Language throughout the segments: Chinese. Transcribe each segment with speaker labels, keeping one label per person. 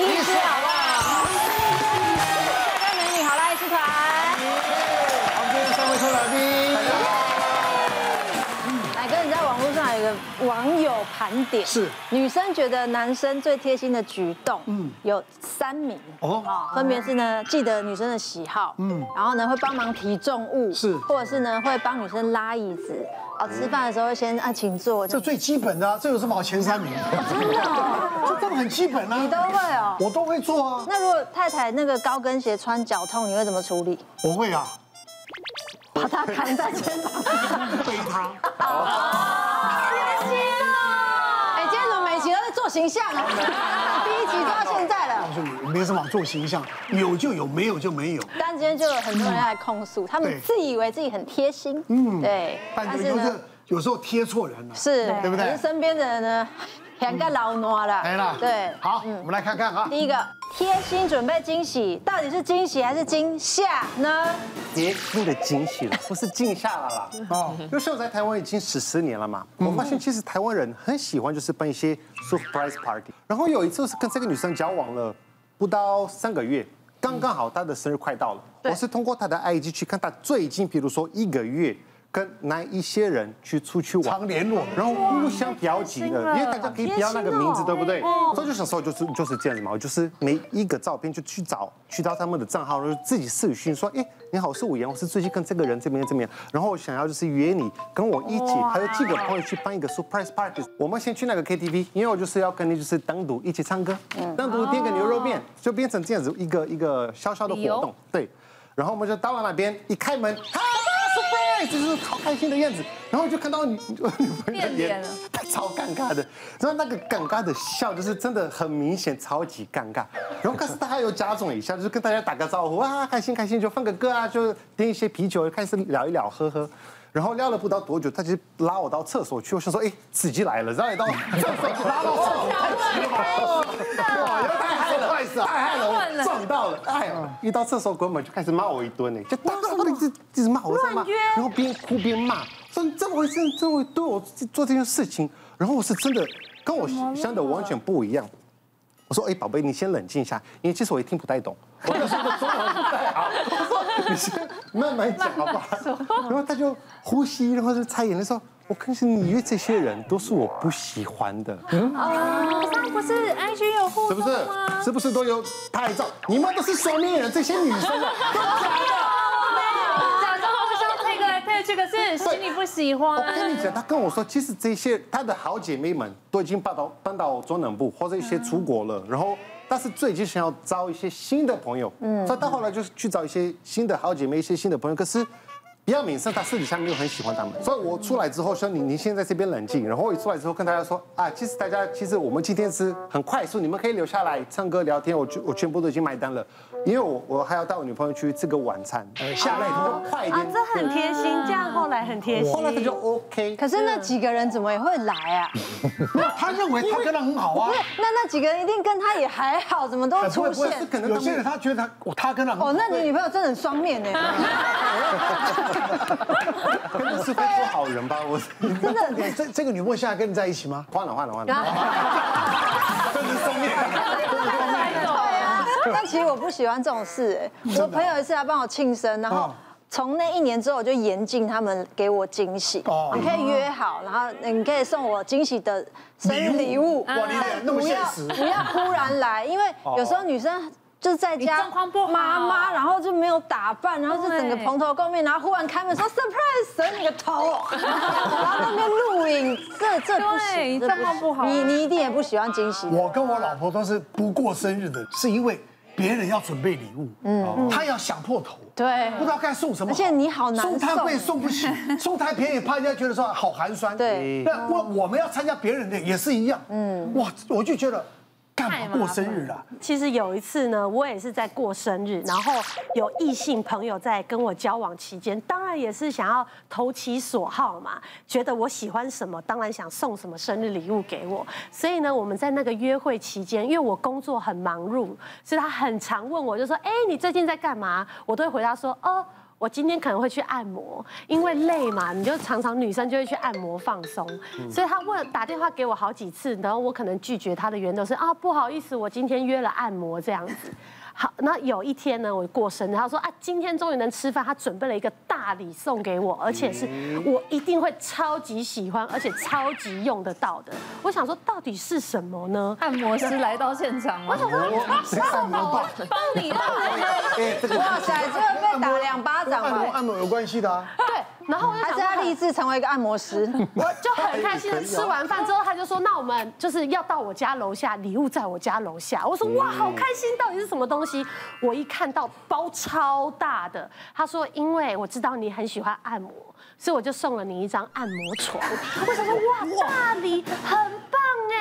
Speaker 1: 医师好不好？帅哥美女好啦，医师团。
Speaker 2: 旁边三位特来宾，
Speaker 1: 奶哥，你在网络上有一个网友盘点，
Speaker 2: 是
Speaker 1: 女生觉得男生最贴心的举动，嗯
Speaker 2: 嗯，
Speaker 1: 有三名
Speaker 2: 哦
Speaker 1: 哦，分别是呢记得女生的喜好，嗯
Speaker 2: 嗯，
Speaker 1: 然后呢会帮忙提重物，
Speaker 2: 是嗯
Speaker 1: 或者是呢会帮女生拉椅子，哦，吃饭的时候会先啊请坐，这
Speaker 2: 这
Speaker 1: 样
Speaker 2: 最基本的、啊，这有什么好前三名？
Speaker 1: 真的哦，
Speaker 2: 这当然很基本
Speaker 1: 你都
Speaker 2: 啊，
Speaker 1: 会哦。
Speaker 2: 我都会做啊，
Speaker 1: 那如果太太那个高跟鞋穿脚痛，你会怎么处理？
Speaker 2: 我会啊，
Speaker 1: 把她扛在肩膀上。
Speaker 2: 背他。
Speaker 1: 哦哎，今天怎么每集都在做形象啊？ 第一集做到现在了
Speaker 2: 告。诉你，没什么好做形象，有就有，没有就没有。
Speaker 1: 但今天就有很多人来控诉，他们自以为自己很贴心，嗯，对，
Speaker 2: 但有时，有时候贴错人了，
Speaker 1: 是，
Speaker 2: 对不
Speaker 1: 可是
Speaker 2: 对？
Speaker 1: 身边的人呢，两个老挪了，
Speaker 2: 来了，
Speaker 1: 对，
Speaker 2: 好，我们来看看啊，
Speaker 1: 第一个贴心准备惊喜，到底是惊喜还是惊吓呢？
Speaker 3: 别哭的惊喜了，不是惊吓了啦。
Speaker 2: 哦
Speaker 3: 哦，因为像我在台湾已经十四年了嘛，我发现其实台湾人很喜欢就是办一些 surprise party。然后有一次是跟这个女生交往了不到三个月，刚刚好她的生日快到了，我是通过她的 IG 去看她最近，比如说一个月跟哪一些人去出去玩
Speaker 2: 常。联络。
Speaker 3: 然后互相标记的，因为大家可以标那个名字，对不对？所以就小时候就是就是这样子嘛，我就是每一个照片就去找，去到他们的账号，然后自己私讯说，哎，你好，是我杨，我是最近跟这个人这边这边，然后我想要就是约你跟我一起，还有几个朋友去办一个 surprise party，我们先去那个 KTV，因为我就是要跟你就是单独一起唱歌，单独点个牛肉面，就变成这样子一个一个小小的活动，对。然后我们就到了那边，一开门，啊，surprise，就是好开心的样子。然后就看到女 女朋友的
Speaker 4: 变脸
Speaker 3: 脸
Speaker 4: 了，
Speaker 3: 超尴尬的。然后那个尴尬的笑，就是真的很明显，超级尴尬。然后可是他还有假装一下，就是跟大家打个招呼啊，开心开心，就放个歌啊，就点一些啤酒，开始聊一聊，喝喝。然后聊了不到多久，他就拉我到厕所去。我想说，哎，刺激来了，让你到厕所去拉到厕所，太奇葩
Speaker 5: 哦
Speaker 3: 了，哇，又太嗨了，太死了，太嗨了，我撞到了，哎呀，一到厕所关门就开始骂我一顿欸呢，就大大 大的一直一直骂我，在骂，然后边哭边骂，说你怎么回事？你怎么会对我做这件事情？然后我是真的跟我想的完全不一样。我说：“哎，宝贝，你先冷静一下，因为其实我也听不太懂。”我就说的哎中文不太好，我说：“你先慢慢讲好 不好？”然后他就呼吸，然后就擦眼泪说：“我跟你约这些人都是我不喜欢的。”
Speaker 4: 刚不是 IG 有互
Speaker 3: 是不
Speaker 4: 动
Speaker 3: 是
Speaker 4: 吗？？
Speaker 3: 是不是都有拍照？你们都是双面人，这些女生啊，
Speaker 4: 假装互相配个来配去，可是心里不喜
Speaker 3: 我
Speaker 4: 欢。
Speaker 3: 哦 跟你讲，她跟我说，其实这些她的好姐妹们都已经搬到搬到中南部或者一些出国了，然后。但是最近想要招一些新的朋友，嗯，所以她后来就是去找一些新的好姐妹、一些新的朋友。可是比较敏生，她私底下没有很喜欢他们。所以我出来之后说你你先在这边冷静，然后我一出来之后跟大家说啊，其实大家其实我们今天是很快速，你们可以留下来唱歌聊天，我全我全部都已经买单了，因为我我还要带我女朋友去吃个晚餐，下来就快一点
Speaker 5: 啊，。这很贴心，这样后来很贴心。
Speaker 3: 后来他就 OK，
Speaker 1: 可是那几个人怎么也会来啊？
Speaker 2: 他认为他跟他很好啊
Speaker 1: 不是，，那那几个人一定跟他也还好，怎么都
Speaker 2: 哎不
Speaker 1: 出
Speaker 2: 会不会，
Speaker 1: 现？
Speaker 3: 可能他们
Speaker 2: 有些人他觉得他我他跟他很
Speaker 1: 哦，
Speaker 2: 好。
Speaker 1: 那你女朋友真的很双面 呢，
Speaker 3: 真的是会做好人吧？我
Speaker 1: 真的很
Speaker 2: 哎这这个女朋友现在跟你在一起吗？
Speaker 3: 换了换了换了，
Speaker 1: 对啊， 但其实我不喜欢这种事哎。
Speaker 2: 啊
Speaker 1: 我朋友一次来帮我庆生，然后
Speaker 2: 嗯。
Speaker 1: 从那一年之后，我就严禁他们给我惊喜。
Speaker 2: 哦
Speaker 1: 你可以约好，然后你可以送我惊喜的生日礼物。
Speaker 2: 嗯哇，你脸那么
Speaker 1: 不
Speaker 2: 现
Speaker 1: 要
Speaker 2: 实，哦
Speaker 1: 不要忽然来，因为有时候女生就是在
Speaker 4: 你
Speaker 1: 家
Speaker 4: 状况不好
Speaker 1: 妈妈，然后就没有打扮，然后就整个
Speaker 4: 对
Speaker 1: 蓬头垢面，然后忽然开门说 surprise 折你个头，哦 然后那边录影，这这不行，
Speaker 4: 对
Speaker 1: 这
Speaker 4: 状况不好啊
Speaker 1: 你你一定也不喜欢惊喜的。
Speaker 2: 我跟我老婆都是不过生日的，是因为别人要准备礼物，嗯，她要想破头，
Speaker 1: 对
Speaker 2: 不知道该送什么好，
Speaker 1: 而且你好难
Speaker 2: 送太贵送
Speaker 1: 送
Speaker 2: 不 起，送太便宜怕人家觉得说好寒酸，
Speaker 1: 对，
Speaker 2: 那我我们要参加别人的也是一样，嗯，我我就觉得干嘛过生日啊？
Speaker 5: 其实有一次呢，我也是在过生日，然后有异性朋友在跟我交往期间，当然也是想要投其所好嘛，觉得我喜欢什么，当然想送什么生日礼物给我。所以呢，我们在那个约会期间，因为我工作很忙碌，所以他很常问我，就说：“哎，你最近在干嘛？”我都会回答说：“哦。”我今天可能会去按摩，因为累嘛，你就常常女生就会去按摩放松。所以他问打电话给我好几次，然后我可能拒绝他的原因都是啊不好意思，我今天约了按摩这样子。好，那有一天呢，我过生日，他说啊，今天终于能吃饭，他准备了一个大礼送给我，而且是我一定会超级喜欢，而且超级用得到的。我想说，到底是什么呢？
Speaker 4: 按摩师来到现场了，
Speaker 2: 谁 按摩吧？
Speaker 4: 帮你按摩。
Speaker 2: 哎
Speaker 1: 哇塞，这个被打两巴掌啊
Speaker 2: 按摩
Speaker 1: 吧？
Speaker 2: 按摩有关系的啊。
Speaker 5: 对，然后我就
Speaker 1: 还
Speaker 5: 想
Speaker 1: 是
Speaker 5: 说
Speaker 1: 他立志成为一个按 摩师？
Speaker 5: 我就很
Speaker 2: 哎
Speaker 5: 开心的吃完饭之后，他就说：“那我们就是要到我家楼下，礼物在我家楼下。”我说：“哇，好开心！到底是什么东西？”我一看到包超大的，他说：“因为我知道你很喜欢按摩，所以我就送了你一张按摩床。”我想说：“哇，大理很棒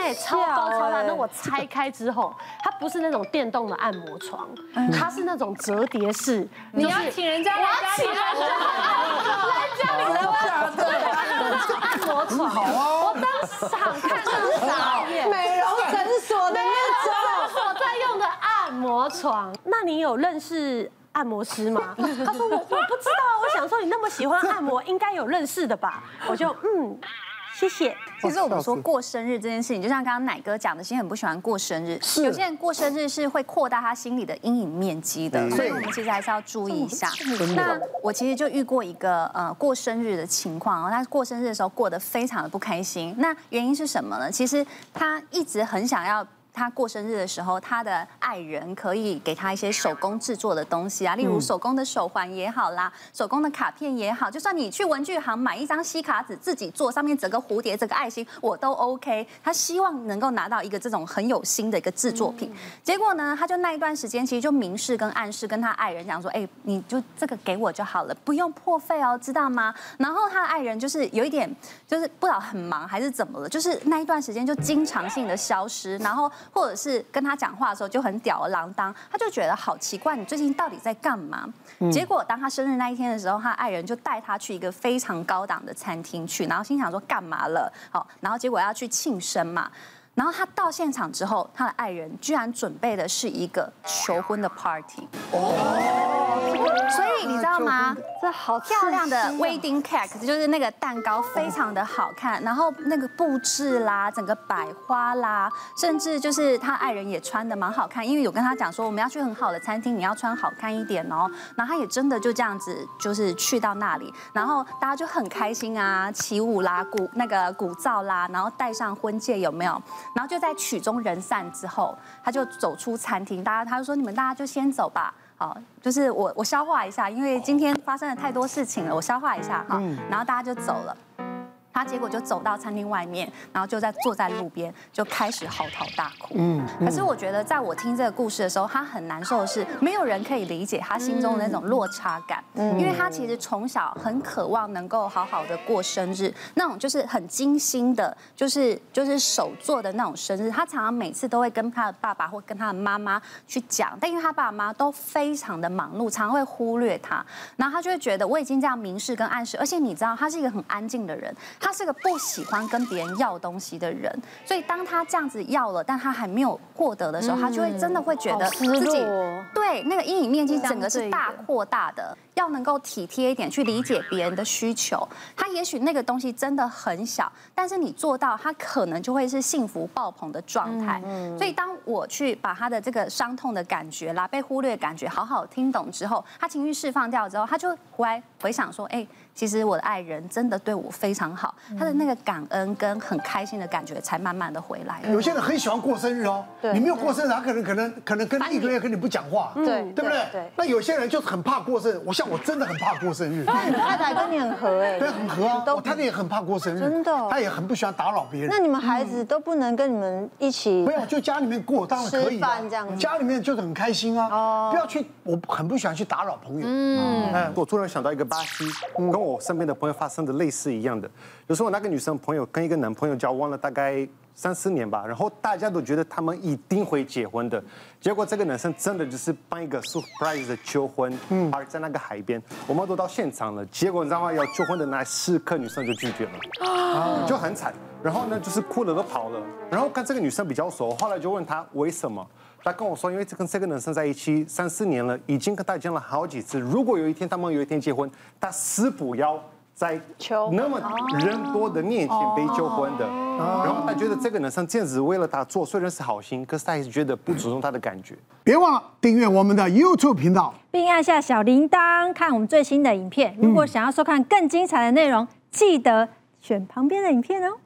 Speaker 5: 哎，超包超大。”那我拆开之后，它不是那种电动的按摩床，它是那种折叠式，
Speaker 4: 你要请人家来家里按摩，来家里按摩，
Speaker 5: 按摩床。我当场看到傻眼。
Speaker 1: 美容诊所的那种。
Speaker 5: 我在用的按摩床。那你有认识按摩师吗？他说我我不知道，我想说你那么喜欢按摩，应该有认识的吧？我就嗯，谢谢。
Speaker 6: 其实我们说过生日这件事情，就像刚刚奶哥讲的，其实很不喜欢过生日。有些人过生日是会扩大他心里的阴影面积的，所以我们其实还是要注意一下。那我其实就遇过一个呃过生日的情况，然哦后他过生日的时候过得非常的不开心。那原因是什么呢？其实他一直很想要。他过生日的时候，他的爱人可以给他一些手工制作的东西啊，例如手工的手环也好啦，手工的卡片也好，就算你去文具行买一张吸卡纸自己做，上面整个蝴蝶、整个爱心，我都 OK。他希望能够拿到一个这种很有心的一个制作品。结果呢，他就那一段时间其实就明示跟暗示跟他爱人讲说，哎，你就这个给我就好了，不用破费哦，知道吗？然后他的爱人就是有一点，就是不知道很忙还是怎么了，就是那一段时间就经常性的消失，然后或者是跟他讲话的时候就很吊儿郎当，他就觉得好奇怪，你最近到底在干嘛？结果当他生日那一天的时候，他爱人就带他去一个非常高档的餐厅去，然后心想说干嘛了？好，然后结果要去庆生嘛。然后他到现场之后，他的爱人居然准备的是一个求婚的 party。所以你知道吗？这好哦漂亮的 wedding cake，就是那个蛋糕非常的好看，然后那个布置啦，整个百花啦，甚至就是他爱人也穿的蛮好看，因为有跟他讲说我们要去很好的餐厅，你要穿好看一点哦。然后他也真的就这样子，就是去到那里，哦然后大家就很开心啊，起舞啦，鼓那个鼓噪啦，然后戴上婚戒有没有？然后就在曲终人散之后，他就走出餐厅，大家他就说你们大家就先走吧。好，就是我我消化一下，因为今天发生了太多事情了，我消化一下哈，然后大家就走了。他结果就走到餐厅外面，然后就在坐在路边就开始嚎啕大哭。嗯，可是我觉得在我听这个故事的时候，他很难受的是，没有人可以理解他心中的那种落差感，因为他其实从小很渴望能够好好的过生日，那种就是很精心的，就是就是手做的那种生日。他常常每次都会跟他的爸爸或跟他的妈妈去讲，但因为他爸爸妈妈都非常的忙碌，常常会忽略他，然后他就会觉得我已经这样明示跟暗示，而且你知道他是一个很安静的人，他是个不喜欢跟别人要东西的人，所以当他这样子要了，但他还没有获得的时候，他就会真的会觉得自己对那个阴影面积整个是大扩大的，要能够体贴一点去理解别人的需求。他也许那个东西真的很小，但是你做到，他可能就会是幸福爆棚的状态。所以当我去把他的这个伤痛的感觉啦、被忽略的感觉好好听懂之后，他情绪释放掉之后，他就回来回想说，哎。其实我的爱人真的对我非常好，他的那个感恩跟很开心的感觉才慢慢的回来。
Speaker 2: 有些人很喜欢过生日哦，你没有过生日，他可能可能可能跟一个月跟你不讲话，
Speaker 1: 嗯
Speaker 2: 对嗯对不对？那有些人就是很怕过生日，我像我真的很怕过 生日，
Speaker 1: 太太跟你很合哎，
Speaker 2: 对，很合啊，我太太也很怕过生日，
Speaker 1: 真的哦
Speaker 2: 他也很不喜欢打扰别人
Speaker 1: 那。你们孩子都不能跟你们一起
Speaker 2: 没有，就家里面过，当然可以、
Speaker 1: 吃
Speaker 2: 啊
Speaker 1: 饭这样子。哦
Speaker 2: 家里面就是很开心啊，不要去，我很不喜欢去打扰朋友。嗯，
Speaker 3: 我突然想到一个巴西，跟我身边的朋友发生的类似一样的。有时候我那个女生朋友跟一个男朋友交往了大概三四年吧，然后大家都觉得他们一定会结婚的，结果这个男生真的就是办一个 surprise 的求婚，嗯，而在那个海边，我们都到现场了，结果你知道吗？要求婚的那时刻，女生就拒绝了，就很惨。然后呢，就是哭了都跑了。然后跟这个女生比较熟，后来就问她为什么，她跟我说，因为跟这个男生在一起三四年了，已经跟他见了好几次，如果有一天他们有一天结婚，她死不要。哦在那么人多的面前被求婚的，然后她觉得这个男生这样子为了她做，虽然是好心，可是她还是觉得不尊重她的感觉。
Speaker 2: 别忘了订阅我们的 YouTube 频道。
Speaker 7: 并按下小铃铛看我们最新的影片。如果想要收看更精彩的内容，记得选旁边的影片哦。